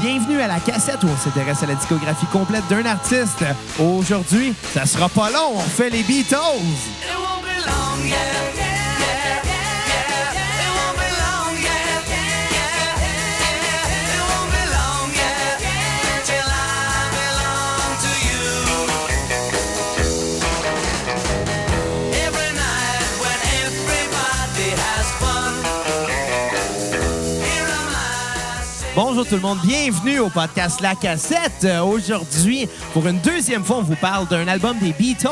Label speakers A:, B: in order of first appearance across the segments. A: Bienvenue à la cassette où on s'intéresse à la discographie complète d'un artiste. Aujourd'hui, ça sera pas long, on fait les Beatles.
B: It won't be long yet. It won't be long yet. It won't be long yet till I belong to you. Every night when everybody has fun, here am I singing.
A: Bonjour tout le monde, bienvenue au podcast La Cassette. Euh, Aujourd'hui, pour une deuxième fois, on vous parle d'un album des Beatles.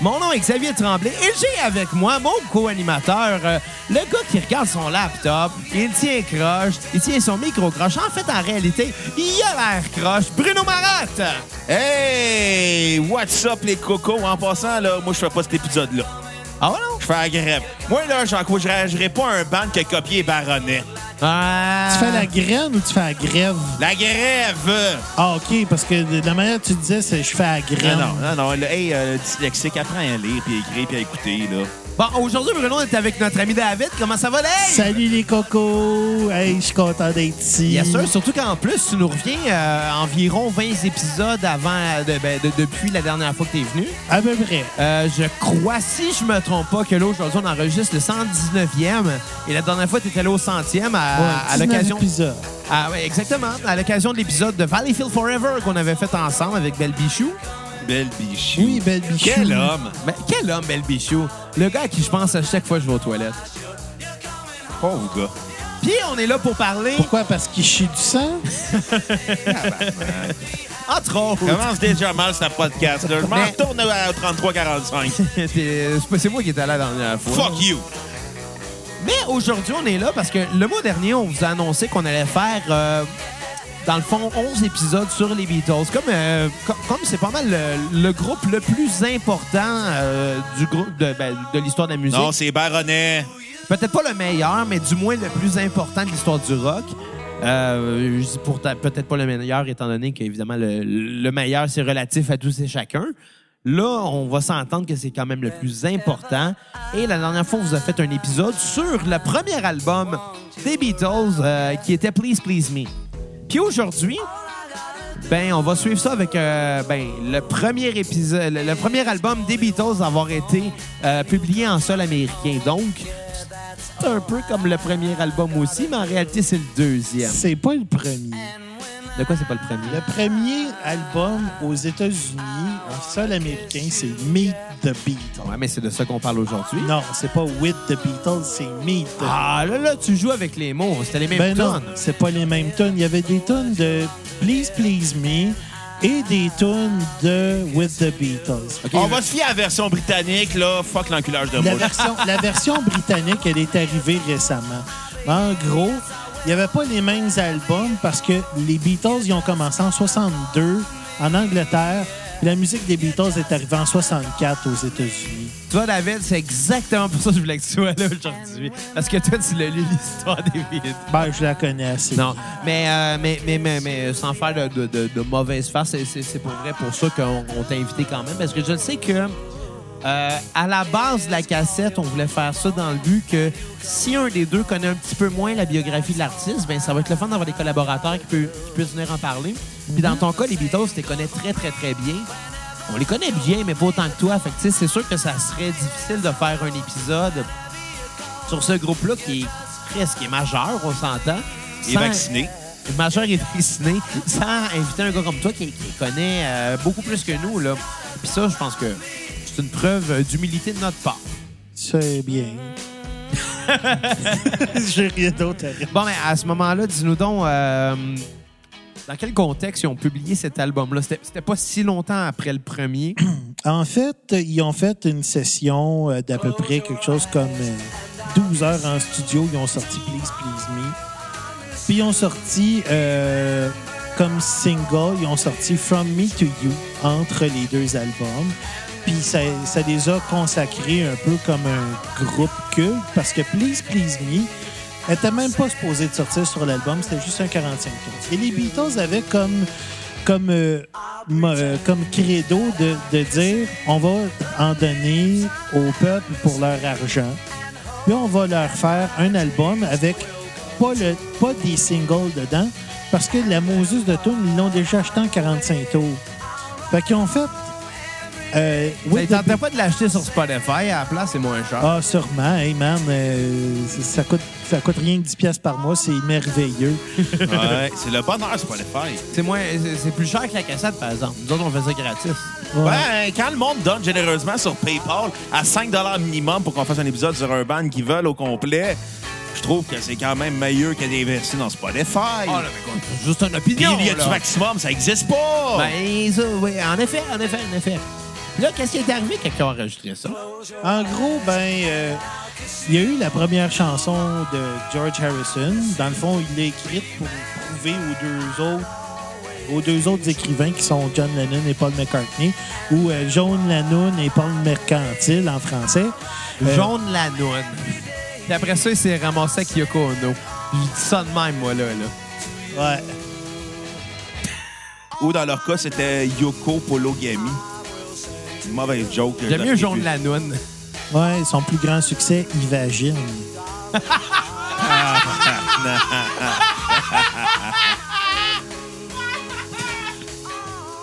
A: Mon nom est Xavier Tremblay et j'ai avec moi mon co-animateur, euh, le gars qui regarde son laptop, il tient croche, il tient son micro croche. En fait, en réalité, il a l'air croche. Bruno Marotte!
C: Hey! What's up, les cocos? En passant, là, moi, je fais pas cet épisode-là.
A: Ah ouais, non?
C: Je fais la grève. Moi, là, j'encouragerais pas un band qui a copié Baronnet.
A: Ah.
D: Tu fais la graine ou tu fais la grève?
C: La grève!
D: Ah, OK, parce que de la manière que tu disais, c'est je fais la
C: Non,
D: graine.
C: non, non, non. le- Hey, euh, le dyslexique, apprends à lire, puis à écrire, puis à écouter, là.
A: Bon, aujourd'hui, Bruno, est avec notre ami David. Comment ça va, Dave?
D: Salut les cocos! Hey, je suis content d'être ici.
A: Bien sûr, surtout qu'en plus, tu nous reviens euh, environ 20 épisodes avant, euh, de- ben, de- depuis la dernière fois que tu es venu.
D: À peu près.
A: Euh, je crois, si je me trompe pas, que là, aujourd'hui, on enregistre le 119e. Et la dernière fois, tu étais allé au 100e à, à
D: Ouais, 19
A: l'occasion.
D: épisodes.
A: Ah, ouais, exactement. À l'occasion de l'épisode de Valleyfield Forever qu'on avait fait ensemble avec Belle Bichou.
C: Belle bichou.
D: Oui, belle bichou.
C: Quel homme!
A: Ben, quel homme, Belle Bichou. Le gars à qui je pense à chaque fois que je vais aux toilettes.
C: Pauvre gars.
A: Puis, on est là pour parler,
D: Pourquoi? Parce qu'il chie du sang?
A: entre autres.
C: Commence déjà mal, ce podcast-là. Je m'en
A: Mais-
C: retourne à 33-45.
A: C'est- C'est c'est moi qui étais là la dernière fois.
C: Fuck you!
A: Mais aujourd'hui, on est là parce que le mois dernier, on vous a annoncé qu'on allait faire, euh, dans le fond, 11 épisodes sur les Beatles. Comme euh, com- comme c'est pas mal le, le groupe le plus important euh, du groupe de, ben, de l'histoire de la musique.
C: Non, c'est Baronnet.
A: Peut-être pas le meilleur, mais du moins le plus important de l'histoire du rock. Euh, je dis pour- peut-être pas le meilleur, étant donné qu'évidemment, le, le meilleur, c'est relatif à tous et chacun. Là, on va s'entendre que c'est quand même le plus important. Et la dernière fois, on vous a fait un épisode sur le premier album des Beatles, euh, qui était Please Please Me. Puis aujourd'hui, ben, on va suivre ça avec euh, ben, le premier épisode, le, le premier album des Beatles à avoir été euh, publié en sol américain. Donc, c'est un peu comme le premier album aussi, mais en réalité, c'est le deuxième.
D: C'est pas le premier.
A: De quoi c'est pas le premier?
D: Le premier album aux États-Unis en sol américain, c'est Meet the Beatles.
A: Ouais, mais c'est de ça qu'on parle aujourd'hui.
D: Non, c'est pas With the Beatles, c'est Meet the
A: Ah, là, là, tu joues avec les mots. C'était les mêmes
D: Ben non,
A: tonnes.
D: c'est pas les mêmes tonnes. Il y avait des tonnes de Please Please Me et des tonnes de With the Beatles.
A: OK,
C: On va se fier à la version britannique, là. Fuck l'enculage de
D: La
C: mouche.
D: version, la version britannique, elle est arrivée récemment. En gros, il n'y avait pas les mêmes albums parce que les Beatles ils ont commencé en 62 en Angleterre. puis La musique des Beatles est arrivée en 64 aux États-Unis.
A: Tu vois, David, c'est exactement pour ça que je voulais que tu sois là aujourd'hui. Parce que toi, tu l'as lu, l'histoire des Beatles.
D: Ben, je la connais assez.
A: Non, mais, euh, mais, mais, mais, mais, euh, sans faire de, de, de- de mauvaise face, c'est- c'est c'est pour vrai pour ça qu'on on t'a invité quand même. Parce que je sais que euh, à la base de la cassette, on voulait faire ça dans le but que si un des deux connaît un petit peu moins la biographie de l'artiste, ben ça va être le fun d'avoir des collaborateurs qui, peut- qui puissent venir en parler. Puis dans ton cas, les Beatles, tu les connais très, très, très bien. On les connaît bien, mais pas autant que toi. Fait que, tu sais, c'est sûr que ça serait difficile de faire un épisode sur ce groupe-là qui est presque qui est majeur, on s'entend.
C: Il est
A: Sans-
C: vacciné.
A: majeur et vacciné, sans inviter un gars comme toi qui, qui connaît euh, beaucoup plus que nous. Là. Puis ça, je pense que c'est une preuve euh, d'humilité de notre part.
D: C'est bien. J'ai rien d'autre à dire.
A: Bon, mais à ce moment-là, dis-nous donc, euh, dans quel contexte ils ont publié cet album-là? C'était c'était pas si longtemps après le premier.
D: En fait, ils ont fait une session euh, d'à peu près quelque chose comme euh, 12 heures en studio. Ils ont sorti Please Please Me. Puis ils ont sorti euh, comme single, ils ont sorti From Me to You entre les deux albums. Puis ça, ça les a consacrés un peu comme un groupe culte parce que Please Please Me n'était même pas supposé de sortir sur l'album, c'était juste un 45 tours. Et les Beatles avaient comme comme euh, mo- euh, comme credo de, de dire on va en donner au peuple pour leur argent. Puis on va leur faire un album avec pas, le, pas des singles dedans, Parce que la Moses de Toon, ils l'ont déjà acheté en 45 tours. Fait qu'ils ont fait. Euh,
A: Mais
D: with the
A: tentait pas de l'acheter sur Spotify. À la place, c'est moins cher.
D: Ah, sûrement. Hey, man, euh, ça- ça coûte, ça coûte rien que 10 pièces par mois. C'est merveilleux.
C: Ouais, c'est le bonheur, c'est pas le faire.
A: C'est moins, c'est- c'est plus cher que la cassette, par exemple. Nous autres, on faisait gratis.
D: Ouais.
C: Ben, quand le monde donne généreusement sur PayPal à 5 minimum pour qu'on fasse un épisode sur un band qu'ils veulent au complet, je trouve que c'est quand même meilleur que des versets dans Spotify.
A: Ah, là, mais quoi, c'est juste une
C: Puis
A: opinion.
C: il y a
A: là.
C: du maximum, ça existe pas!
A: Ben, ça, oui. En effet, en effet, en effet. Là, qu'est-ce qui est arrivé quand ils ont enregistré ça?
D: En gros, ben, euh, il y a eu la première chanson de George Harrison. Dans le fond, il l'a écrite pour prouver aux deux autres aux deux autres écrivains qui sont John Lennon et Paul McCartney, ou euh, John Lennon et Paul Mercantile en français. Euh,
A: Jaune Lanoune. Puis après ça, il s'est ramassé avec Yoko Ono. Je dis ça de même, moi, là. là.
D: ouais.
C: Ou dans leur cas, c'était Yoko Pologami. Une mauvaise joke.
A: J'aime mieux Jaune
C: jaune
A: Lanoune.
D: Ouais, son plus grand succès, Ivagine.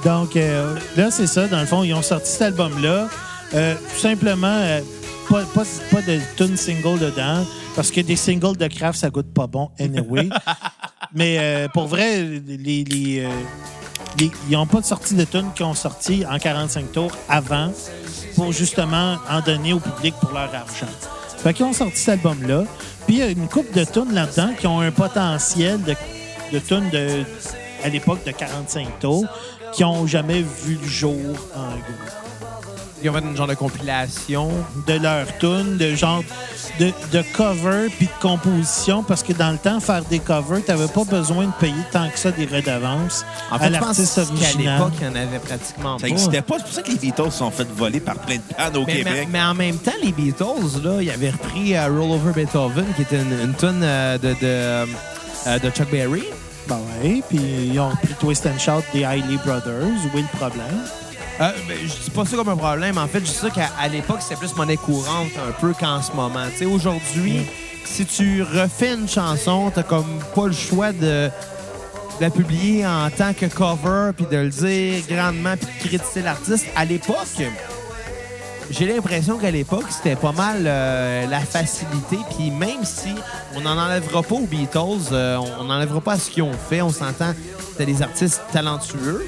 D: Donc, euh, là, c'est ça. Dans le fond, ils ont sorti cet album-là. Euh, tout simplement, euh, pas, pas, pas de tune single dedans, parce que des singles de Kraft, ça goûte pas bon, anyway. Mais euh, pour vrai, les, les, euh, les- ils n'ont pas de sortie de tunes qui ont sorti en 45 tours avant pour justement en donner au public pour leur argent. Fait qu'ils ont sorti cet album-là. Puis il y a une coupe de tunes là-dedans qui ont un potentiel de, de tunes de, à l'époque de 45 tours qui n'ont jamais vu le jour en gros
A: Ils ont fait une genre de compilation.
D: de leur tune, de genre de, de cover puis de composition, parce que dans le temps, faire des covers, t'avais pas besoin de payer tant que ça des redevances
A: En fait,
D: à
A: je pense
D: l'artiste
A: qu'à
D: original.
A: l'époque, il y en avait pratiquement
C: Ça
A: pas.
C: n'existait pas. C'est pour ça que les Beatles se sont fait voler par plein de pannes
A: Mais,
C: au
A: mais-
C: Québec.
A: Ben, mais en même temps, les Beatles, là, ils avaient repris euh, Roll Over Beethoven, qui était une, une tune euh, de, de, euh, euh, de Chuck Berry.
D: Ben ouais, puis ils ont repris Twist and Shout des Hailey Brothers, oui le problème.
A: Euh, ben, je dis pas ça comme un problème. En fait, je dis ça qu'à à l'époque, c'était plus monnaie courante un peu qu'en ce moment. Tu sais, aujourd'hui, si tu refais une chanson, t'as comme pas le choix de, de la publier en tant que cover, puis de le dire grandement, puis de critiquer l'artiste. À l'époque, j'ai l'impression qu'à l'époque, c'était pas mal euh, la facilité. Puis même si on n'en enlèvera pas aux Beatles, euh, on n'enlèvera pas à ce qu'ils ont fait. On s'entend, c'était des artistes talentueux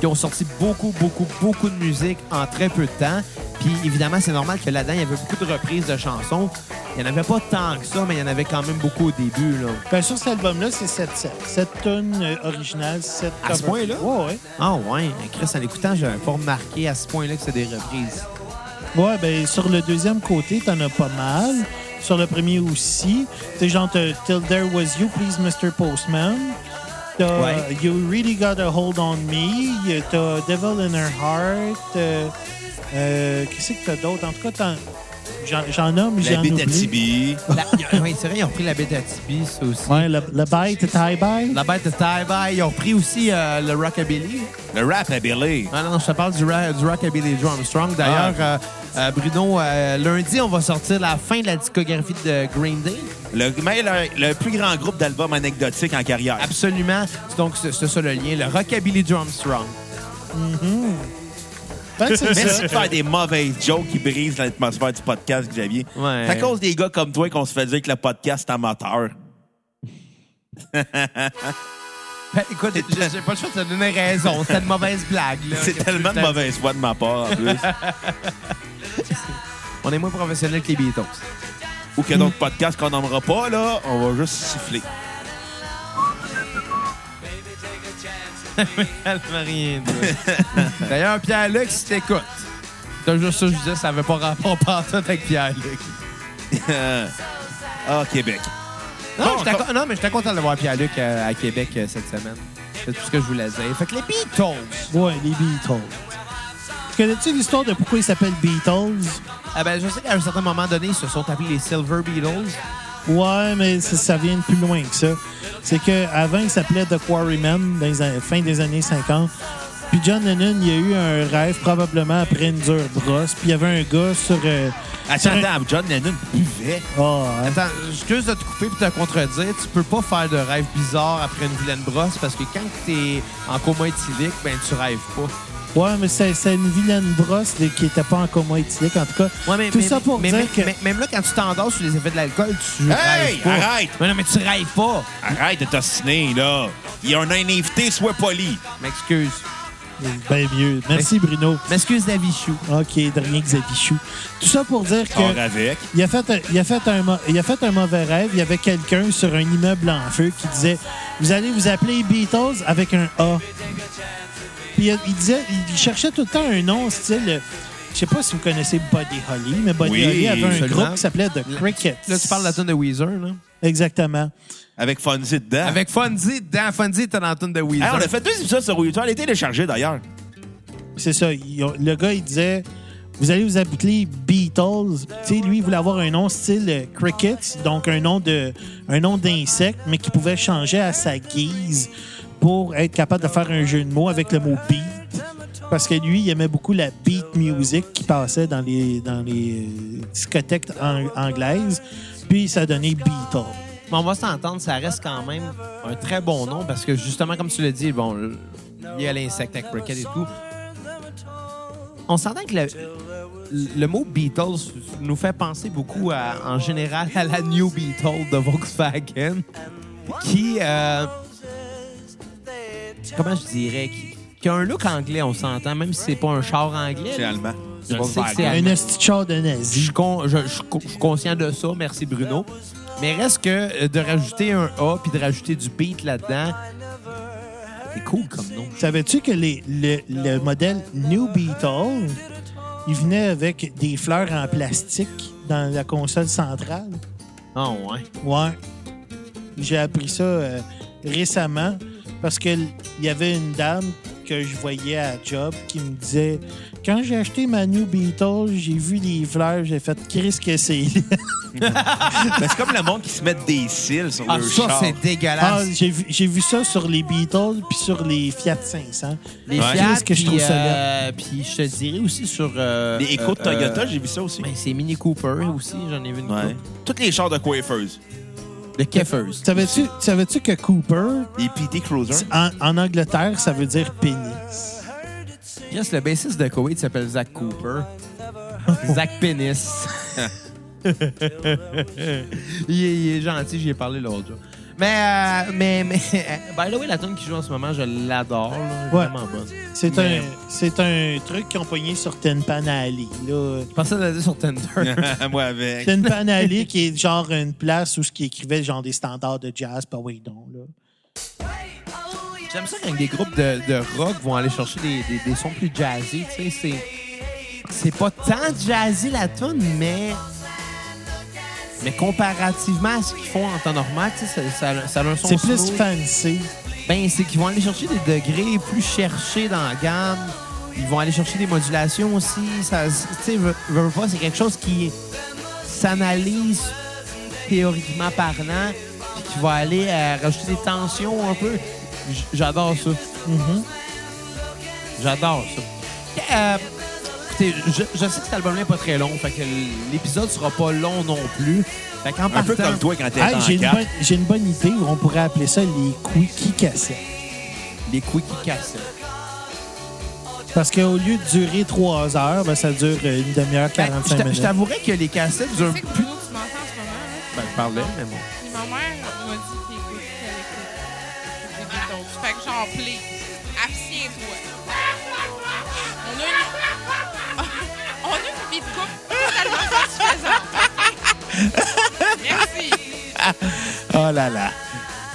A: qui ont sorti beaucoup, beaucoup, beaucoup de musique en très peu de temps. Puis évidemment, c'est normal que là-dedans, il y avait beaucoup de reprises de chansons. Il n'y en avait pas tant que ça, mais il y en avait quand même beaucoup au début. Là.
D: Ben sur cet album-là, c'est 7 sets. 7 tunes euh, originales, 7
A: À ce point-là?
D: Ouais, ouais.
A: Ah ouais, mais Chris, en l'écoutant, j'ai pas remarqué à ce point-là que c'est des reprises.
D: Ouais, ben sur le deuxième côté, t'en as pas mal. Sur le premier aussi. T'es genre t'as Till There Was You, Please Mr. Postman. T'as
A: Ouais.
D: You Really Got a Hold on Me. T'as Devil in Her Heart. Euh, euh, Qu'est-ce que t'as d'autre? En tout cas, t'en- j'en- j'en nomme,
C: La
D: j'en oublie.
C: Bétatibi.
A: La- Ah, ouais, c'est vrai, ils ont repris la bête à Tibi, ça aussi.
D: Ouais, le, le bite, le tie bite.
A: La bête de Taïba, ils ont repris aussi euh, le Rockabilly.
C: Le rap à Billy.
A: Ah non, je te parle du, ra- du Rockabilly de Joe Armstrong. D'ailleurs, euh, euh, Bruno, euh, lundi, on va sortir la fin de la discographie de Green Day.
C: Le, mais le, le plus grand groupe d'albums anecdotiques en carrière.
A: Absolument. Donc, c'est c'est ça le lien. Le Rockabilly de Joe Armstrong.
D: Fait que Ben, c'est
C: Merci
D: ça.
C: de faire des mauvaises jokes qui brisent l'atmosphère du podcast, Xavier.
A: Ouais.
C: C'est à cause des gars comme toi qu'on se fait dire que le podcast est amateur.
A: Ben, écoute, j'ai j'ai pas le choix de te donner raison. C'était une mauvaise blague. là.
C: C'est
A: Qu'est-ce
C: tellement
A: que
C: de
A: t'as-
C: mauvaise foi de ma part, en plus.
A: On est moins professionnels que les Beatles.
C: Ou que d'autres podcasts qu'on nommera pas, là, on va juste siffler.
A: rien. dit. D'ailleurs, Pierre-Luc, si t'écoutes, c'est juste ça que je disais, ça avait pas rapport partout avec Pierre-Luc.
C: ah, Québec.
A: Non,
C: Bon,
A: j'étais con- non, mais j'étais content de voir Pierre-Luc euh, à Québec euh, cette semaine. C'est tout ce que je voulais dire. Fait que les Beatles.
D: Ouais, les Beatles. Connais-tu l'histoire de pourquoi ils s'appellent Beatles?
A: Ah ben, je sais qu'à un certain moment donné, ils se sont appelés les Silver Beatles.
D: Ouais, mais ça, ça vient de plus loin que ça. C'est qu'avant, il s'appelait The Quarrymen dans les an- fin des années 50. Puis John Lennon, il y a eu un rêve, probablement après une dure brosse. Puis il y avait un gars sur. euh,
C: Attends, attends, John Lennon buvait.
D: ah, hein.
A: Attends, excuse de te couper et de te contredire. Tu peux pas faire de rêve bizarre après une vilaine brosse parce que quand t'es en coma éthylique, ben tu rêves pas.
D: Ouais, mais c'est c'est une vilaine brosse là, qui n'était pas en coma éthylique, en tout cas.
A: Ouais, mais,
D: tout
A: mais-
D: ça pour
A: mais-
D: dire
A: mais-
D: que.
A: mais- même là, quand tu t'endors sous les effets de l'alcool, tu
C: Hey,
A: rêves pas.
C: arrête!
A: Mais non, mais tu rêves pas.
C: Arrête de t'ostiner, là. Il y a un invité, sois poli.
A: M'excuse.
D: Ben mieux. Merci, Bruno.
A: M'excuse, David Chou.
D: OK, de rien que Zabichou. Tout ça pour dire que.
C: Encore avec.
D: Il a, fait un, il, a fait un, mo- il a fait un mauvais rêve. Il y avait quelqu'un sur un immeuble en feu qui disait Vous allez vous appeler Beatles avec un A. Puis il, il disait, il cherchait tout le temps un nom, style. euh, Je sais pas si vous connaissez Buddy Holly, mais Buddy
C: Oui,
D: Holly avait un
A: absolument.
D: groupe qui s'appelait The Crickets.
A: Là, tu parles de la tune de Weezer, là.
D: Exactement.
C: Avec Fonzie dedans.
A: Avec Fonzie dedans. Fonzie était dans la tune de Weezer.
C: Hey, on a fait deux épisodes sur YouTube. Elle est téléchargée, d'ailleurs.
D: C'est ça. il- le gars, il disait Vous allez vous appeler Beatles. Tu sais, lui, il voulait avoir un nom style euh, Crickets, donc un nom de un nom d'insecte, mais qui pouvait changer à sa guise pour être capable de faire un jeu de mots avec le mot beat. Parce que lui, il aimait beaucoup la beat music qui passait dans les, dans les euh, discothèques ang- anglaises. Puis ça donnait Beatles.
A: Mais on va s'entendre, ça reste quand même un très bon nom parce que justement, comme tu l'as dit, bon, le- lié à l'insecte, à cricket et tout. On s'entend que le, le mot Beatles nous fait penser beaucoup à- en général à la New Beetle de Volkswagen qui, euh, comment je dirais, qui, qui a un look anglais, on s'entend, même si c'est pas un char anglais.
C: C'est
A: là.
C: allemand.
A: Je le sais que c'est
D: Un esti de char de
A: je
D: nazi.
A: suis con- je- je suis co- je suis conscient de ça, merci Bruno. Mais reste que euh, de rajouter un A puis de rajouter du beat là-dedans, c'est cool comme nom.
D: Savais-tu que les- le, le modèle New Beetle, il venait avec des fleurs en plastique dans la console centrale?
A: Ah ouais.
D: Ouais. J'ai appris ça euh, récemment parce que l- il y avait une dame que je voyais à Job qui me disait Quand j'ai acheté ma New Beetle, j'ai vu les fleurs, j'ai fait Chris que c'est. laid.
C: Mais c'est comme le monde qui se met des cils sur
A: Ah,
C: le
A: ça,
C: char.
A: c'est
D: Ah,
A: dégueulasse.
D: j'ai vu, j'ai vu ça sur les Beatles puis sur les Fiat 500.
A: Les
C: Ouais.
A: Fiat,
D: Qu'est-ce que je
A: puis,
D: trouve ça
A: euh, Puis je te dirais aussi sur... euh,
C: Les échos de
A: euh,
C: Toyota,
A: euh,
C: j'ai vu ça aussi.
A: ben, c'est Mini Cooper aussi, j'en ai vu une
C: Ouais.
A: couple.
C: Toutes les chars de coiffeuses.
A: Le Keffers.
D: Savais-tu, savais-tu que Cooper,
C: Les PD Cruiser.
D: en, en Angleterre, ça veut dire pénis?
A: Yes, le bassiste de Koweït s'appelle Zach Cooper. Zach Pénis. il, est, il est gentil, j'y ai parlé l'autre jour. Mais, euh, mais, mais, by the way, la tune qui joue en ce moment, je l'adore. là.
D: Ouais.
A: Vraiment bonne.
D: C'est
A: Mais-
D: un, c'est un truc qu'ils ont pogné sur Tenpan Alley. Là.
A: Je pensais la dire sur Tinder.
C: Moi avec.
D: Tenpan Alley, qui est genre une place où ce qui écrivait genre des standards de jazz, pas oui donc là.
A: J'aime ça quand des groupes de, de rock vont aller chercher des, des- des sons plus jazzy. Tu sais, c'est. C'est pas tant jazzy la tune, mais. Mais comparativement à ce qu'ils font en temps normal, tu sais, ça, ça, ça a un son
D: C'est plus
A: smooth.
D: fancy.
A: Ben, c'est qu'ils vont aller chercher des degrés plus cherchés dans la gamme. Ils vont aller chercher des modulations aussi. Ça, tu sais, veux, veux pas, c'est quelque chose qui s'analyse théoriquement parlant, puis qui va aller euh, rajouter des tensions un peu. J- J'adore ça.
C: Mm-hmm.
A: J'adore ça. Euh, écoutez, je, je sais que cet album-là n'est pas très long, fait que l'épisode sera pas long non plus. Fait qu'en
C: Un peu
A: partant-
C: comme toi quand t'es
D: Hey,
C: en
D: j'ai, une
C: quatre.
D: bonne, j'ai une bonne idée. On pourrait appeler ça les quickie cassettes.
A: Les quickie cassettes.
D: Parce qu'au lieu de durer trois heures, ben, ça dure euh, une demi-heure,
A: Ben,
D: 45
A: je t'a- je
D: minutes.
A: t'avouerais que les cassettes durent
E: sais que
A: plus
E: Bruno, tu m'entends en ce moment. hein?
A: Ben, je parlais, mais bon.
E: Puis ma mère m'a dit qu'il écoutait avec les- les Beatles. Fait que j'en plais. Abstiens-toi. On a une... On a une vie de couple totalement satisfaisante. Merci.
C: Oh là là.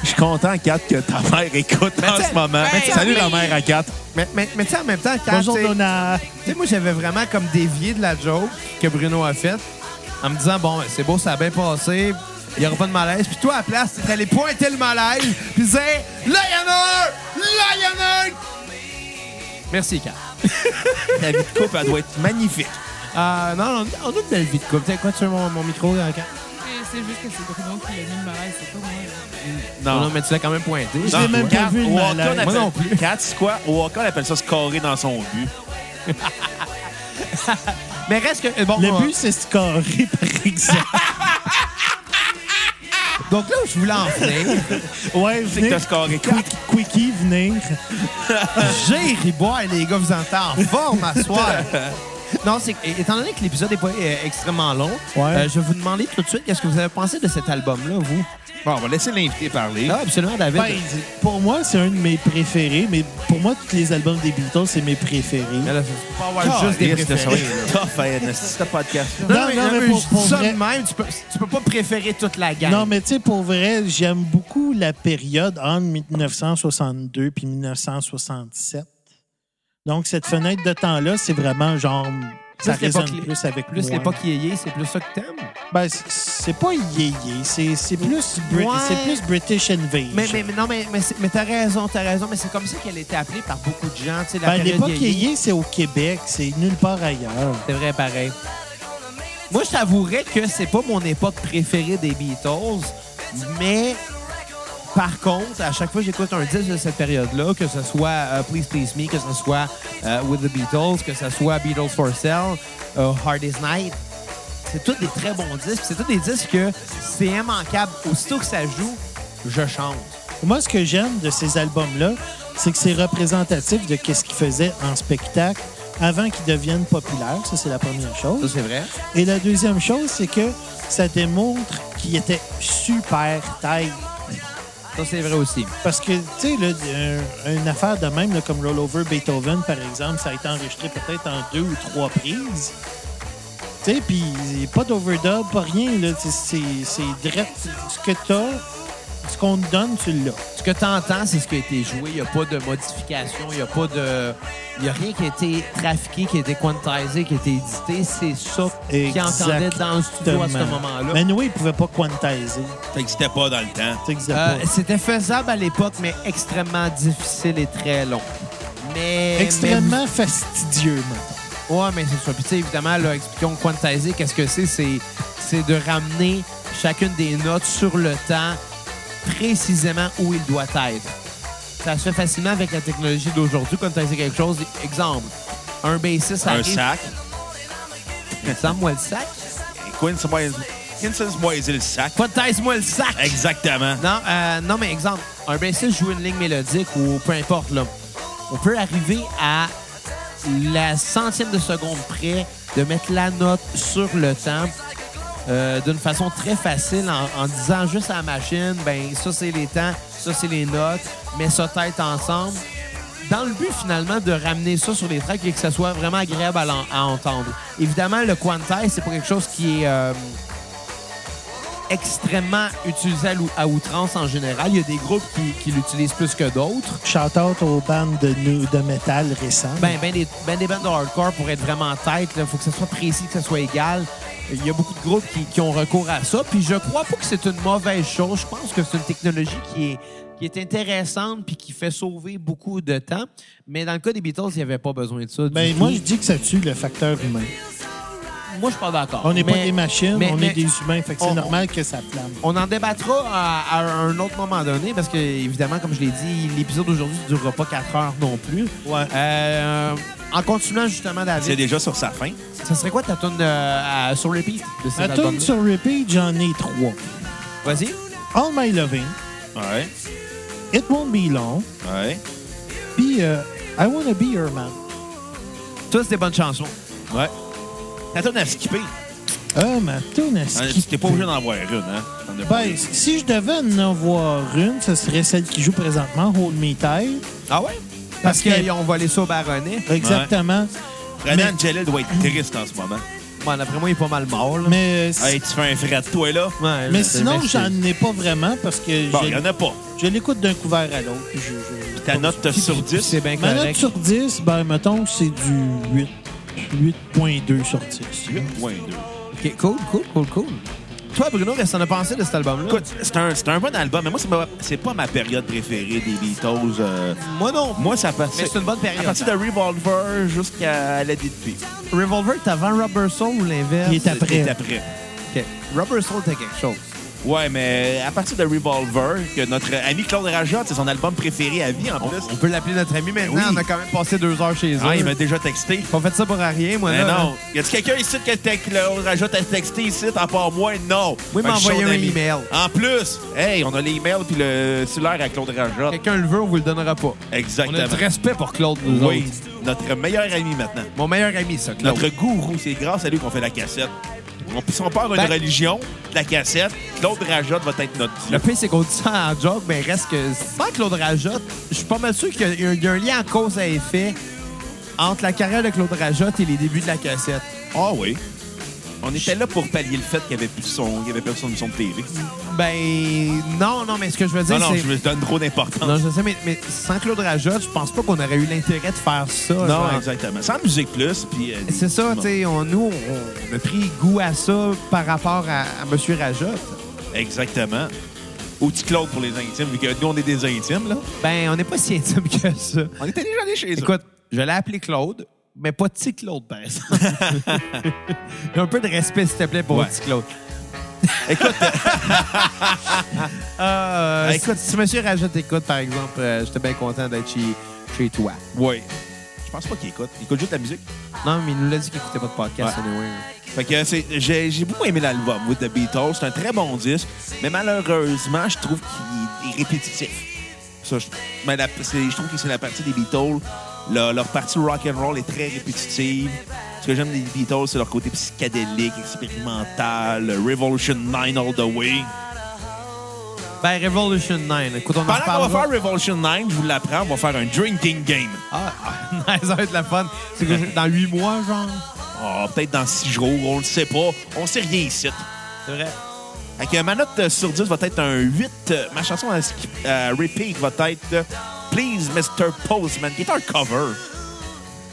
C: Je suis content, Kat, que ta mère écoute en
A: t'sais-
C: ce moment.
E: Ben,
C: Salut la
E: oui.
C: mère à Kat.
A: Mais, mais, mais tu sais, en même temps, quand.
D: Bonjour
A: tu sais-
D: Donna.
A: tu sais, moi, j'avais vraiment comme dévié de la joke que Bruno a faite en me disant, bon, c'est beau, ça a bien passé, il n'y aura pas de malaise. Puis toi, à la place, t'es allé pointer le malaise, puis dire, là, il y en a un! Là, il y en a un! Merci, Kat.
C: Ta vie de couple, elle doit être magnifique.
A: Euh, non, on, on a une belle vie de couple. Tu sais quoi, tu veux mon, mon micro, euh, Kat?
E: C'est c'est juste que c'est Bruno qui l'a mis le malaise, c'est pas moi. là.
A: Non,
C: Non.
A: mais tu l'as quand même pointé.
D: Je l'ai même pas
C: Kat,
D: vu, le
C: au Walker,
D: malaise.
C: on
A: Moi
C: appelle-
A: non plus.
C: Kat, c'est quoi? Au Walker, on appelle ça scorer dans son but.
A: Mais reste que. euh, Bon,
D: Le
A: on-
D: but, c'est scorer, par exemple.
A: Donc là où je voulais en venir,
D: Ouais,
C: C'est que
D: venez.
C: t'as scoré
D: Quick, quickie, venir.
A: j'ai ri boire, les gars, vous entendez. Bon, m'asseoir. Non, c'est que, étant donné que l'épisode n'est pas euh, extrêmement long,
D: Ouais.
A: euh, je vais vous demander tout de suite qu'est-ce que vous avez pensé de cet album-là, vous.
C: Bon, on va laisser l'invité parler.
A: Là, absolument, David.
D: Ben, pour moi, c'est un de mes préférés, mais pour moi, tous les albums des Beatles, c'est mes préférés.
A: Mais là, faut pas avoir juste des
C: Caliste,
A: préférés.
C: ça va
A: là.
C: être Tough à être ce podcast.
A: Non,
D: Non,
A: mais,
D: non,
A: non,
D: mais
A: mais
D: pour-
A: je
D: pour
A: dis ça
D: vrai-
A: de même, tu peux, tu peux pas préférer toute la gang.
D: Non, mais tu sais, pour vrai, j'aime beaucoup la période entre 1962 puis 1967. Donc, cette fenêtre de temps-là, c'est vraiment genre. Ça
A: Plus l'époque-
D: résonne plus avec
A: Plus
D: moi.
A: l'époque yéyé, c'est plus ça que t'aimes.
D: Ben, c- c'est pas yéyé, c'est c'est plus, Brit-
A: Ouais.
D: c'est plus British Invasion.
A: Mais, mais, mais non, mais, mais, c'est- mais t'as raison, t'as raison, mais c'est comme ça qu'elle était appelée par beaucoup de gens, tu sais, la
D: Ben,
A: période
D: l'époque
A: yéyé.
D: yéyé, c'est au Québec, c'est nulle part ailleurs.
A: C'est vrai, pareil. Moi, je t'avouerais que c'est pas mon époque préférée des Beatles, mais par contre, à chaque fois que j'écoute un disque de cette période-là, que ce soit euh, Please Please Me, que ce soit euh, With the Beatles, que ce soit Beatles for Sale, euh, Hard Day's Night, c'est tous des très bons disques. puis C'est tous des disques que c'est immanquable. Aussitôt que ça joue, je chante.
D: Moi, ce que j'aime de ces albums-là, c'est que c'est représentatif de qu'est-ce qu'ils faisaient en spectacle avant qu'ils deviennent populaires. Ça, c'est la première chose.
A: c'est vrai.
D: Et la deuxième chose, c'est que ça démontre qu'ils étaient super tight.
A: Ça, c'est vrai aussi.
D: Parce que, tu sais, là, un- une affaire de même, là, comme Rollover Beethoven, par exemple, ça a été enregistré peut-être en deux ou trois prises. Tu sais, puis pas d'overdub, pas rien. là. C'est- C'est c'est direct. Ce que t'as, ce qu'on te donne, tu l'as.
A: Ce que tu entends, c'est ce qui a été joué. Il n'y a pas de modification, il n'y a pas de. Il n'y a rien qui a été trafiqué, qui a été quantisé, qui a été édité. C'est ça qu'ils entendaient dans le studio à ce
D: Exactement.
A: moment-là.
D: Mais nous, ils ne pouvaient pas quantiser.
C: Ça n'existait pas dans le temps.
D: Tu sais, ils faisaient
A: Euh,
D: pas.
A: C'était faisable à l'époque, mais extrêmement difficile et très long. Mais.
D: Extrêmement fastidieux, maintenant.
A: mais- ouais, mais c'est ça. Puis, tu sais, évidemment, là, expliquons quantiser, qu'est-ce que c'est? C'est c'est de ramener chacune des notes sur le temps précisément où il doit être. Ça se fait facilement avec la technologie d'aujourd'hui. Quantiser quelque chose, exemple, un bassiste
C: Un
A: arrive,
C: sac.
A: Sors-moi le sac.
C: Quincy Moisey, le sac.
A: Quantize-moi le sac.
C: Exactement.
A: Non, euh, non, mais exemple, un bassiste joue une ligne mélodique ou peu importe, là. On peut arriver à la centième de seconde près de mettre la note sur le temps euh, d'une façon très facile en, en disant juste à la machine, ben ça c'est les temps, ça c'est les notes, mets ça tête ensemble. Dans le but finalement de ramener ça sur les tracks et que ça soit vraiment agréable à, l'en- à entendre. Évidemment, le quantize, c'est pas quelque chose qui est. euh, extrêmement utilisé à, l'ou- à outrance en général. Il y a des groupes qui, qui l'utilisent plus que d'autres.
D: Shout-out aux bandes de, nu- de métal récentes.
A: Ben, ben, des, ben des bandes de hardcore pour être vraiment en tête. Il faut que ça soit précis, que ça soit égal. Il y a beaucoup de groupes qui, qui ont recours à ça. Puis je crois pas que c'est une mauvaise chose. Je pense que c'est une technologie qui est, qui est intéressante puis qui fait sauver beaucoup de temps. Mais dans le cas des Beatles, il n'y avait pas besoin de ça. du
D: Ben,
A: tout.
D: moi, je dis que ça tue le facteur humain.
A: Moi, je suis pas d'accord.
D: On n'est pas
A: Mais-
D: des machines,
A: mais-
D: on
A: mais-
D: est des humains. Fait que
A: on-
D: c'est normal que ça flamme.
A: On en débattra à, à un autre moment donné parce que, évidemment, comme je l'ai dit, l'épisode d'aujourd'hui ne durera pas 4 heures non plus.
D: Ouais.
A: Euh, en continuant justement,
C: C'est
A: David,
C: déjà sur sa fin.
A: ça serait quoi ta tune euh, à- sur repeat de cet
D: Ma
A: album
D: tune sur repeat, j'en ai trois.
A: Vas-y.
D: All My Loving,
C: Ouais.
D: It Won't Be Long,
C: Ouais.
D: puis euh, I Wanna Be Your Man.
A: Tous des bonnes chansons.
C: Ouais. T'as tout à skipper.
D: Ah, ma tune à
C: Hein,
D: skipper.
C: T'es pas obligé d'en voir une, hein? T'en as pas
D: Ben,
C: une.
D: si je devais en avoir une, ce serait celle qui joue présentement, Hold Me Tight.
A: Ah ouais?
D: Parce
A: Parce,
D: que-
A: qu'ils ont volé ça au baronnet.
D: Exactement.
C: Renan Jalil doit être triste en ce moment.
A: Bon, d'après moi, il est pas mal mort. Là.
D: Mais, euh,
C: Hey, tu fais un fret, toi, là?
A: Ouais,
D: mais
A: là,
D: sinon,
A: mais
D: j'en
A: c'est-
D: ai pas vraiment parce que
C: Bon,
D: je-
C: il y en a pas.
D: je, l'écoute d'un couvert à l'autre. puis je- je-
C: Ta note euh, t'as sur 10.
A: C'est bien
D: Ma note
A: correct.
D: sur 10, ben, mettons que c'est du 8. 8.2 sur 10.
C: 8.2.
A: Ok, Cool, cool, cool, cool. Toi, Bruno, qu'est-ce que t'en as pensé de cet album-là?
C: Écoute, c'est un, c'est un bon album, mais moi, c'est ma- c'est pas ma période préférée des Beatles. euh,
A: moi non.
C: moi, ça passe.
A: Mais c'est une bonne
C: À
A: période.
C: partir de Revolver jusqu'à la DDP.
A: Revolver, t'avais Rubber Soul ou l'inverse?
D: Il est après.
C: après.
A: OK. Rubber Soul, t'as quelque chose.
C: Ouais, mais à partir de Revolver, que notre ami Claude Rajot, c'est son album préféré à vie en plus.
A: On peut l'appeler notre ami maintenant.
C: Oui.
A: On a quand même passé deux heures chez eux. Ben
C: Ah, il m'a déjà texté.
A: Pas fait ça pour rien, moi.
C: Mais
A: là.
C: non. Y a-tu quelqu'un ici que te- que Claude Rajot a texté ici, à part moi? Non.
A: Oui,
C: Fait que je suis
A: m'envoyer
C: son
A: un
C: ami.
A: email.
C: En plus, hey, on a l'email puis le cellulaire à Claude Rajot.
A: Quelqu'un le veut, on vous le donnera pas. On a
C: Exactement.
A: du respect pour Claude, nous
C: Oui,
A: autres.
C: notre meilleur ami maintenant.
A: Mon meilleur ami, ça, Claude.
C: Notre gourou, c'est grâce à lui qu'on fait la cassette. On, si on part d'une
A: Ben-
C: religion, de la cassette, Claude Rajotte va être notre
A: Le
C: dieu.
A: pire, c'est qu'on dit ça en joke, mais reste que sans Claude Rajotte, je suis pas mal sûr qu'il y a- il y, a- il y a un lien en cause à effet entre la carrière de Claude Rajotte et les débuts de la cassette.
C: Ah oui. On était là pour pallier le fait qu'il n'y avait plus de son, qu'il y avait personne de son de TV.
A: Ben, non, non, mais ce que je veux dire,
C: Non,
A: c'est...
C: non, je me donne trop d'importance.
A: Non, je sais, mais, mais sans Claude Rajotte, je pense pas qu'on aurait eu l'intérêt de faire ça.
C: Non,
A: genre.
C: exactement. Sans musique plus, puis. euh,
A: C'est ça,
C: bon.
A: tu sais, on- nous, on, on a pris goût à ça par rapport à, à M. Rajotte.
C: Exactement. Ou petit Claude pour les intimes, vu que nous, on est des intimes, là.
A: Ben, on n'est pas si intime que ça.
C: On était déjà allés chez eux.
A: Écoute, je l'ai appelé Claude, mais pas petit Claude, par exemple. un peu de respect, s'il te plaît, pour
C: Ouais.
A: petit Claude.
C: Écoute,
A: Euh,
C: Hey,
A: écoute, si Monsieur Rajotte écoute, par exemple, euh, j'étais bien content d'être chez, chez toi.
C: oui. Je pense pas qu'il écoute. Il écoute juste la musique.
A: Non, mais il nous l'a dit qu'il écoutait pas de podcast,
C: Ouais.
A: anyway.
C: Fait que euh, c'est- j'ai j'ai beaucoup aimé l'album With the Beatles. C'est un très bon disque, mais malheureusement, je trouve qu'il est répétitif. Ça, je, mais la- c'est- je trouve que c'est la partie des Beatles. Leur, leur partie rock and roll est très répétitive. Ce que j'aime des Beatles, c'est leur côté psychédélique, expérimental, Revolution 9 all the way.
A: Ben, Revolution 9, écoute, on en
C: Pendant qu'on va
A: reparlera.
C: faire Revolution 9, je vous l'apprends, on va faire un drinking game.
A: Ah, ah, nice, ça va être de la fun. C'est que je- dans huit mois, genre.
C: Ah, peut-être dans six jours, on le sait pas. On sait rien ici.
A: C'est vrai.
C: Fait que ma note euh, sur 10 va être un 8. Euh, Ma chanson à skip- à repeat va être euh, Please Mr. Postman, qui est un cover.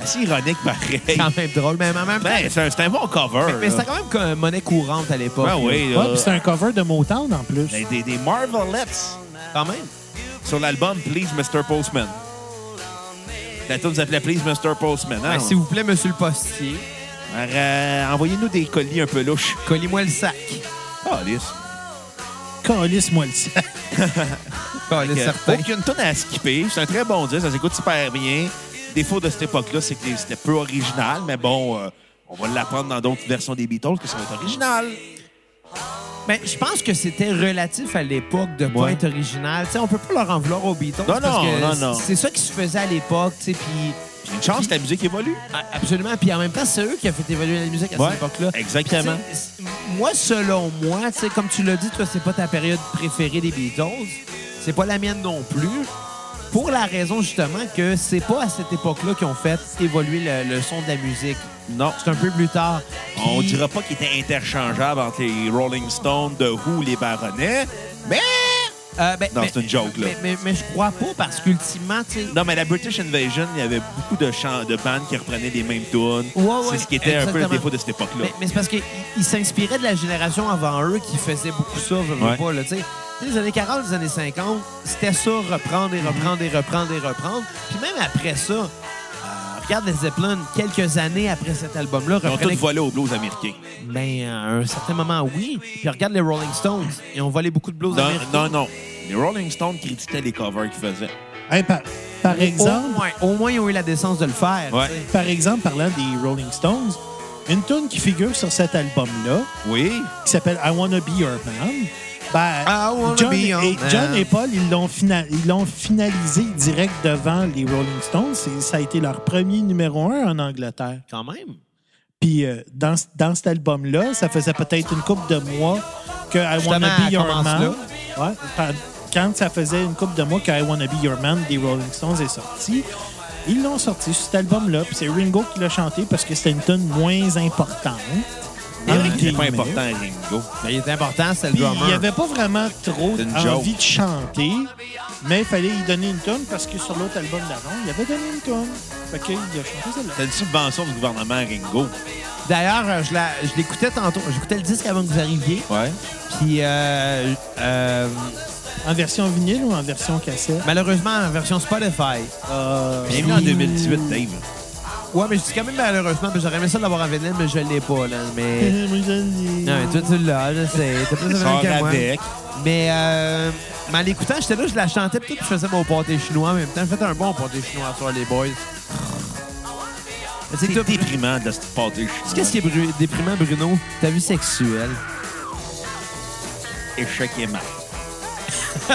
C: Assez ironique, pareil.
A: Quand même drôle, mais en même temps.
C: Ben, c'est un, c'est un bon cover.
A: mais
C: là.
A: c'était quand même comme monnaie courante à l'époque.
C: euh, Ben oui,
D: Ouais,
C: là.
D: puis c'est un cover de Motown en plus.
C: Des, des, des Marvelettes
A: Quand même.
C: sur l'album Please Mr. Postman. La tune s'appelait Please Mr. Postman. hein?
A: Ben, S'il vous plaît, monsieur le postier,
C: Alors, euh, Envoyez-nous des colis un peu louches.
A: collez-moi le sac.
C: Ah, lisse.
D: Calisse-moi le sang.
A: Collez
C: Fait que,
A: certain.
C: Aucune tonne à skipper. C'est un très bon disque. Ça s'écoute super bien. Défaut de cette époque-là, c'est que les- c'était peu original, mais bon, euh, on va l'apprendre dans d'autres versions des Beatles que ça va être original.
A: Ben, je pense que c'était relatif à l'époque de pas
C: Ouais.
A: être original. Tu sais, on peut pas leur en vouloir aux Beatles.
C: Non,
A: parce
C: non,
A: que
C: non, non.
A: C'est ça qui se faisait à l'époque, tu sais, puis...
C: J'ai une chance que la musique évolue.
A: Ah, Absolument. Puis en même temps, c'est eux qui ont fait évoluer la musique à
C: Ouais,
A: cette époque-là.
C: exactement.
A: Tu sais, c'est- Moi, selon moi, tu sais, comme tu l'as dit, toi, c'est pas ta période préférée des Beatles. C'est pas la mienne non plus. Pour la raison, justement, que c'est pas à cette époque-là qu'ils ont fait évoluer le, le son de la musique.
C: Non.
A: C'est un peu plus tard. Puis-
C: On dira pas qu'il était interchangeable entre les Rolling Stones, The Who, les Baronets, mais.
A: Euh, ben,
C: Non,
A: mais-
C: c'est une joke, là.
A: Mais, mais- mais je crois pas parce qu'ultimement, tu sais,
C: Non, mais la British Invasion, il y avait beaucoup de, chants, de bandes qui reprenaient les mêmes tunes.
A: Ouais, ouais,
C: c'est ce qui était un peu le
A: exactement.
C: défaut de cette époque-là.
A: Mais, mais c'est parce qu'ils s'inspiraient de la génération avant eux qui faisait beaucoup ça, veux, veux
C: Ouais.
A: pas, là, tu sais. Tu sais, Les années 40, les années 50, c'était ça, reprendre et reprendre et reprendre et reprendre. Puis même après ça, euh, regarde les Zeppelin, quelques années après cet album-là,
C: Ils ont tous
A: reprenaient...
C: volé aux blues américains.
A: Ben, à un certain moment, oui. Puis regarde les Rolling Stones, ils ont volé beaucoup de blues
C: Non,
A: américains.
C: non, non. Les Rolling Stones critiquaient les covers qu'ils faisaient.
D: Hey, par, par exemple,
A: Au moins, au moins, ils ont eu la décence de le faire.
C: Ouais.
A: tu sais.
D: par exemple, parlant des Rolling Stones, une tune qui figure sur cet album-là,
C: Oui.
D: qui s'appelle I Wanna Be Your Man. Ben,
A: I wanna
D: John,
A: be
D: et,
A: your
D: et
A: man.
D: John et Paul, ils l'ont fina- ils l'ont finalisé direct devant les Rolling Stones. C'est- Ça a été leur premier numéro un en Angleterre.
A: Quand même.
D: Puis euh, dans, c- dans cet album-là, ça faisait peut-être une couple de mois que I
A: Justement,
D: Wanna
A: elle
D: Be Your
A: commence
D: Man.
A: là.
D: Ouais, par- quand ça faisait une couple de mois que I Wanna Be Your Man des Rolling Stones est sorti, ils l'ont sorti sur cet album-là. Puis c'est Ringo qui l'a chanté parce que c'était une tune moins importante.
C: Eric,
D: Entre
C: c'est pas
D: guillemets.
C: important, Ringo.
A: Ben, il est important, c'est le
D: Puis il
A: drummer.
D: n'y avait pas vraiment trop
C: C'est une
D: envie
C: joke.
D: de chanter, mais il fallait y donner une tune parce que sur l'autre album d'avant, il avait donné une tune. Fait qu'il a chanté celle-là.
C: C'est une subvention du gouvernement, Ringo.
A: D'ailleurs, euh, je la- je l'écoutais tantôt. J'écoutais le disque avant que vous arriviez.
C: Ouais.
A: Puis euh, euh,
D: En version vinyle ou en version cassette?
A: malheureusement, en version Spotify.
D: Euh,
C: Bienvenue en 2018, Dave.
A: Ouais, mais je dis quand même malheureusement, mais j'aurais aimé ça l'avoir en vinyle, mais je l'ai pas, là. Mais. Non, mais toi, tu l'as, je sais. T'as plus de vinyle
C: Sors
A: que moi.
C: avec.
A: Mais, euh, mais en l'écoutant, j'étais là, je la chantais, puis tout, puis je faisais mon pâté chinois en même temps. J'ai fait un bon pâté chinois sur les boys. C'est
C: C'est
A: tout.
C: déprimant de se porter chinois.
A: Qu'est-ce qui est bru- déprimant, Bruno? Ta vie sexuelle.
C: Échec et mal.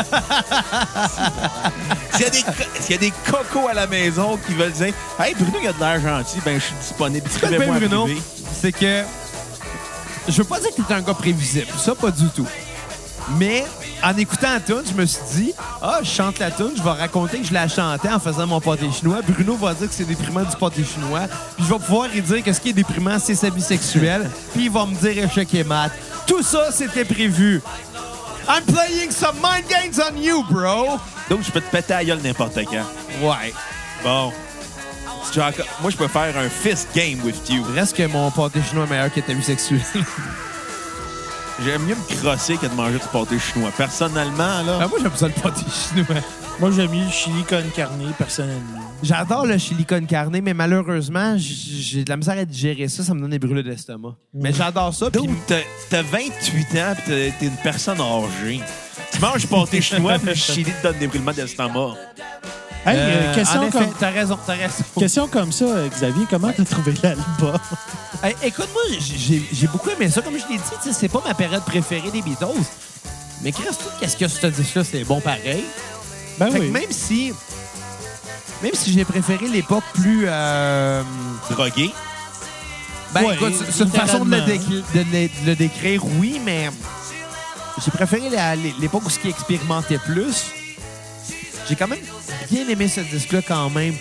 C: S'il y, a des co- s'il y a des cocos à la maison qui veulent dire Hey Bruno, il a de l'air gentil, ben je suis disponible.
A: Ce que je fais,
C: Écrivez-moi en
A: Bruno,
C: privé.
A: c'est que je veux pas dire que t'es un gars prévisible, ça pas du tout. Mais en écoutant la tune, je me suis dit ah, je chante la tune, je vais raconter que je la chantais en faisant mon pâté chinois. Bruno va dire que c'est déprimant du pâté chinois. Puis je vais pouvoir lui dire que ce qui est déprimant, c'est sa vie sexuelle. Puis il va me dire échec et mat. Tout ça, c'était prévu. I'm playing some mind games on you, bro.
C: Donc je peux te péter à gueule n'importe quand.
A: Ouais.
C: Bon. Si tu as encore- Moi, je peux faire un fist game with you.
A: Reste que mon pâté chinois est meilleur que ta vie sexuelle.
C: J'aime mieux me crosser que de manger du pâté chinois. Personnellement, là,
A: Ah, moi, j'aime ça le pâté chinois.
D: Moi, j'aime mieux le chili con carne, personnellement.
A: J'adore le chili con carne, mais malheureusement, j- j'ai de la misère à digérer ça. Ça me donne des brûlures d'estomac. Mais j'adore ça. puis-
C: Dude, t'as t'as 28 ans pis t'es- t'es une personne âgée. Tu manges du pâté chinois pis le chili te donne des brûlements d'estomac.
D: Hey,
A: Euh,
D: euh, question,
A: en effet,
D: comme...
A: t'as raison, t'as raison.
D: question comme ça, euh, Xavier, comment t'as trouvé l'album?
A: Hey, Écoute-moi, j'ai j'ai beaucoup aimé ça. Comme je l'ai dit, tu sais, c'est pas ma période préférée des Beatles. Mais qu'est-ce que- qu'est-ce que ce disque-là, c'est bon pareil.
D: Ben
A: Fait que même si... Même si j'ai préféré l'époque plus... euh,
C: Drogué.
A: Ben,
D: Ouais,
A: écoute, c'est une façon de le,
D: littéralement.
A: décri- de le- de le décrire, oui, mais j'ai préféré la- l'époque où ce qui expérimentait plus. J'ai quand même bien aimé ce disque-là quand même.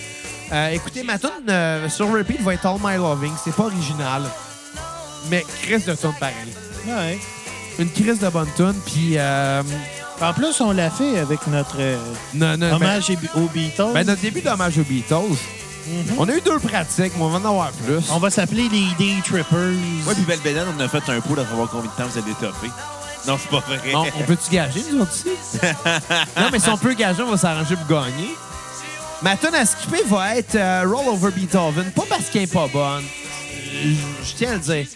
A: Euh, écoutez, ma tune euh, sur repeat va être All My Loving. C'est pas original, mais crise de tune pareil.
D: Ouais.
A: Une crise de bonne tune, puis euh,
D: En plus, on l'a fait avec notre euh,
A: non, non, ben,
D: hommage aux- aux Beatles.
A: ben, notre début d'hommage aux Beatles. On a eu deux pratiques, mais on va en avoir plus.
D: Mm-hmm. On va s'appeler les Day Trippers.
C: Moi pis Belbédane, on a fait un pot de savoir combien de temps vous allez toffer. Non, c'est pas vrai.
A: Non, on peut-tu gager, nous autres ici? non, mais si on peut gager, on va s'arranger pour gagner. Ma tonne à skipper va être euh, Roll Over Beethoven. Pas parce qu'elle n'est pas bonne. Je je tiens à le dire.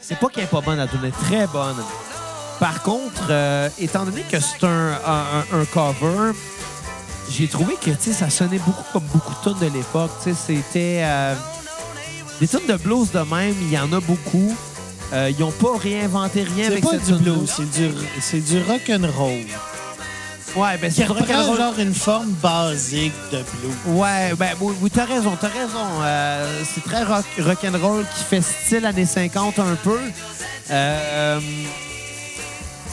A: C'est pas qu'elle n'est pas bonne, la tune est très bonne. Par contre, euh, étant donné que c'est un, un- un cover, j'ai trouvé que tu sais, ça sonnait beaucoup comme beaucoup de tunes de l'époque. Tu sais, C'était euh, des tunes de blues de même, il y en a beaucoup. Euh, ils n'ont pas réinventé rien
D: C'est
A: avec
D: pas
A: cette
D: du
A: tune-là.
D: blues, c'est du, c'est du rock'n'roll.
A: Ouais, ben
D: Qui
A: c'est du
D: reprend
A: rock'n'roll.
D: genre une forme basique de blues.
A: Ouais, ben oui, oui, t'as raison, t'as raison. Euh, c'est très rock, rock'n'roll qui fait style années 50 un peu. Euh,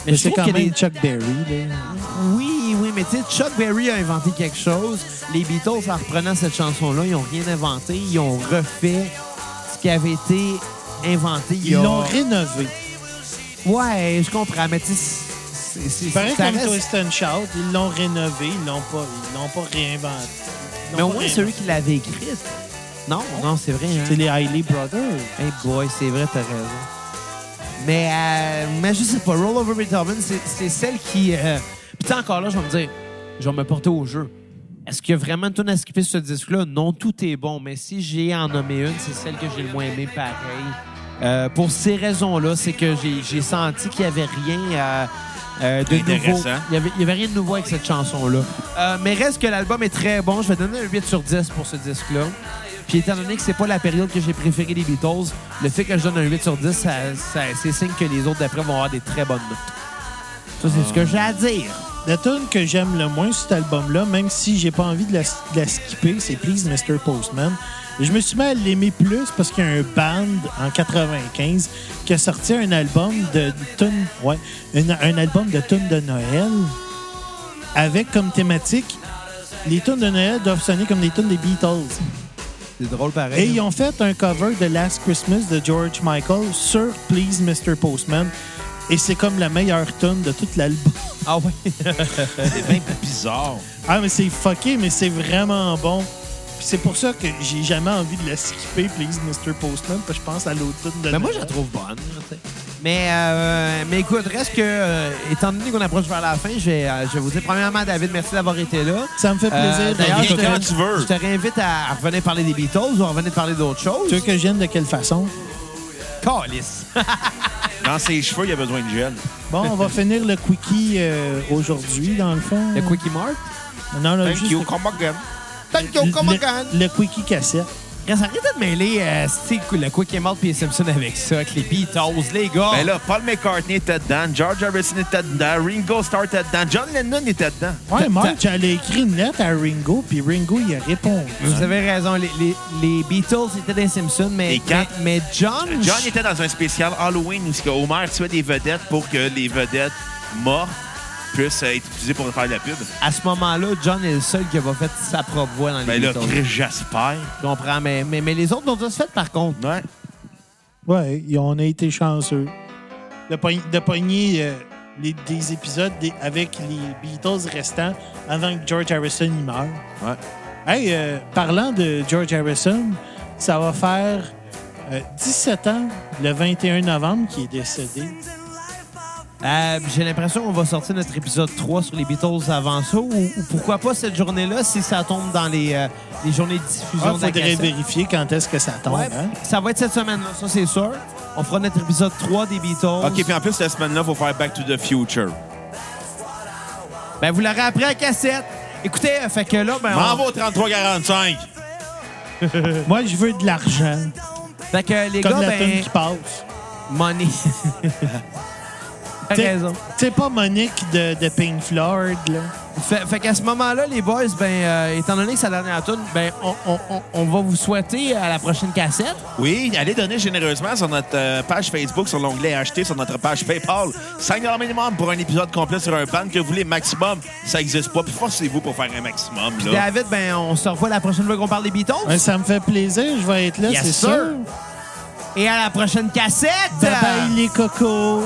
D: Mais c'est
A: trouve
D: quand
A: qu'il y a
D: même
A: des-
D: Chuck Berry. Là.
A: Oui, oui, mais tu sais, Chuck Berry a inventé quelque chose. Les Beatles, en reprenant cette chanson-là, ils ont rien inventé. Ils ont refait ce qui avait été inventé. il y
D: Ils
A: a-
D: l'ont rénové.
A: Ouais, je comprends, mais tu sais, c'est- c'est-
D: Pareil
A: ça
D: comme
A: reste-
D: Twist and Shout, ils l'ont rénové, ils l'ont pas, ils l'ont pas réinventé. Ils l'ont
A: Mais au
D: pas hein.
A: moins,
D: réinventé.
A: celui qui l'avait écrite. Non, non, c'est vrai. hein.
D: C'est les Hailey Brothers.
A: Hey boy, c'est vrai, t'as raison. Mais, euh, mais je sais pas, Roll Over Beethoven, c'est c'est celle qui. Euh... Puis t'sais, encore là, je vais me dire, je vais me porter au jeu. Est-ce qu'il y a vraiment une tonne à skipper sur ce disque-là? Non, tout est bon, mais si j'ai à en nommé une, c'est celle que j'ai le moins aimée, pareil. Euh, pour ces raisons-là, c'est que j'ai- j'ai senti qu'il n'y avait rien euh, euh, de nouveau.
C: Intéressant.
A: Il n'y avait, il y avait rien de nouveau avec cette chanson-là. Euh, mais reste que l'album est très bon. Je vais donner un 8 sur 10 pour ce disque-là. Puis étant donné que c'est pas la période que j'ai préférée des Beatles, le fait que je donne un 8 sur 10, ça, ça- c'est signe que les autres d'après vont avoir des très bonnes notes. Ça, c'est ce que j'ai à dire.
D: La tune que j'aime le moins sur cet album-là, même si j'ai pas envie de la, de la skipper, c'est Please Mr. Postman. Je me suis mis à l'aimer plus parce qu'il y a un band en 95 qui a sorti un album de tunes, ouais, une- un album de tunes de Noël avec comme thématique les tunes de Noël doivent sonner comme les tunes des Beatles.
A: C'est drôle pareil.
D: Et ils ont fait un cover de Last Christmas de George Michael sur Please Mr. Postman. Et c'est comme la meilleure tune de tout l'album.
A: Ah oui.
C: C'est bien bizarre.
D: Ah, mais c'est fucké, mais c'est vraiment bon. Puis c'est pour ça que j'ai jamais envie de la skipper, Please Mr. Postman, parce que je pense à l'automne de
A: Mais Ben, moi, je
D: Noël.
A: la trouve bonne. tu sais. Mais, euh, mais écoute, reste que, euh, étant donné qu'on approche vers la fin, je vais, euh, je vais vous dire, premièrement, David, merci d'avoir été là.
D: Ça me fait plaisir.
A: Euh,
D: David.
A: D'ailleurs, je,
C: Viens quand
A: te-
C: tu veux.
A: je te réinvite à, à revenir parler des Beatles ou à revenir parler d'autres choses.
D: Tu veux que je vienne de quelle façon?
A: Calice.
C: Dans ses cheveux, il a besoin de gel.
D: Bon, on va finir le quickie euh, aujourd'hui, dans le fond.
A: Le Quickie Mart.
D: Non, là,
C: Thank
D: juste
C: you,
D: le-
C: come again.
A: Thank
D: le-
A: you, come again.
D: le, le quickie cassette.
A: Reste arrêtez de mêler euh, c'est le Quickie Mart puis les Simpsons avec ça, avec les Beatles, les gars.
C: Ben là, Paul McCartney était dedans, George Harrison était dedans, Ringo Starr était dedans, John Lennon était dedans.
D: Ouais,
A: T'as-
D: Mark, j'allais écrire une lettre à Ringo, puis Ringo, il a répondu.
A: vous avez raison, les, les- les Beatles étaient des Simpsons, mais,
C: Les quatre.
A: mais, mais John,
C: John était dans un spécial Halloween où ce que Homer tuait des vedettes pour que les vedettes mortes puissent euh, être utilisées pour faire de la pub.
A: à ce moment-là, John est le seul qui a pas fait sa propre voix dans les
C: Ben là,
A: Beatles.
C: Chris Jasper.
A: Je comprends, mais, mais, mais les autres n'ont pas fait par contre.
C: Ouais.
D: Ouais, et on a été chanceux. De, pogn- de pogner euh, les, des épisodes des- avec les Beatles restants avant que George Harrison y meure.
C: Ouais.
D: Hey, euh, parlant de George Harrison, ça va faire euh, 17 ans le 21 novembre qu'il est décédé.
A: Euh, J'ai l'impression qu'on va sortir notre épisode 3 sur les Beatles avant ça, ou, ou pourquoi pas cette journée-là si ça tombe dans les, euh, les journées de
D: Il
C: Ah,
A: diffusion de la
D: faudrait
A: cassette.
D: vérifier quand est-ce que ça tombe.
A: Ouais,
D: hein?
A: Ça va être cette semaine-là, ça c'est sûr. On fera notre épisode 3 des Beatles.
C: OK, puis en plus, cette semaine-là, il faut faire Back to the Future.
A: Ben, vous l'aurez appris à cassette. Écoutez, euh, fait que là, ben,
C: M'en
A: on-
C: va au 33-45.
D: Moi, je veux de l'argent,
A: fait que les
D: comme
A: gars,
D: la tune
A: ben,
D: qui passe.
A: money. T'as
D: T'sais-
A: raison.
D: t'sais pas Monique de, de Pink Floyd, là.
A: Fait, fait qu'à ce moment-là, les boys, ben, euh, étant donné que c'est la dernière tune, ben, on, on- on- on va vous souhaiter à la prochaine cassette.
C: Oui, allez donner généreusement sur notre euh, page Facebook, sur l'onglet Acheter, sur notre page PayPal. 5 minimum pour un épisode complet sur un band que vous voulez. Maximum, ça n'existe pas. Puis forcez-vous pour faire un maximum. Là.
A: David, ben, on se revoit la prochaine fois qu'on parle des Beatles.
D: Ouais, ça me fait plaisir, je vais être là,
A: Yes,
D: c'est
A: sir.
D: sûr.
A: Et à la prochaine cassette!
D: Bye bye les cocos.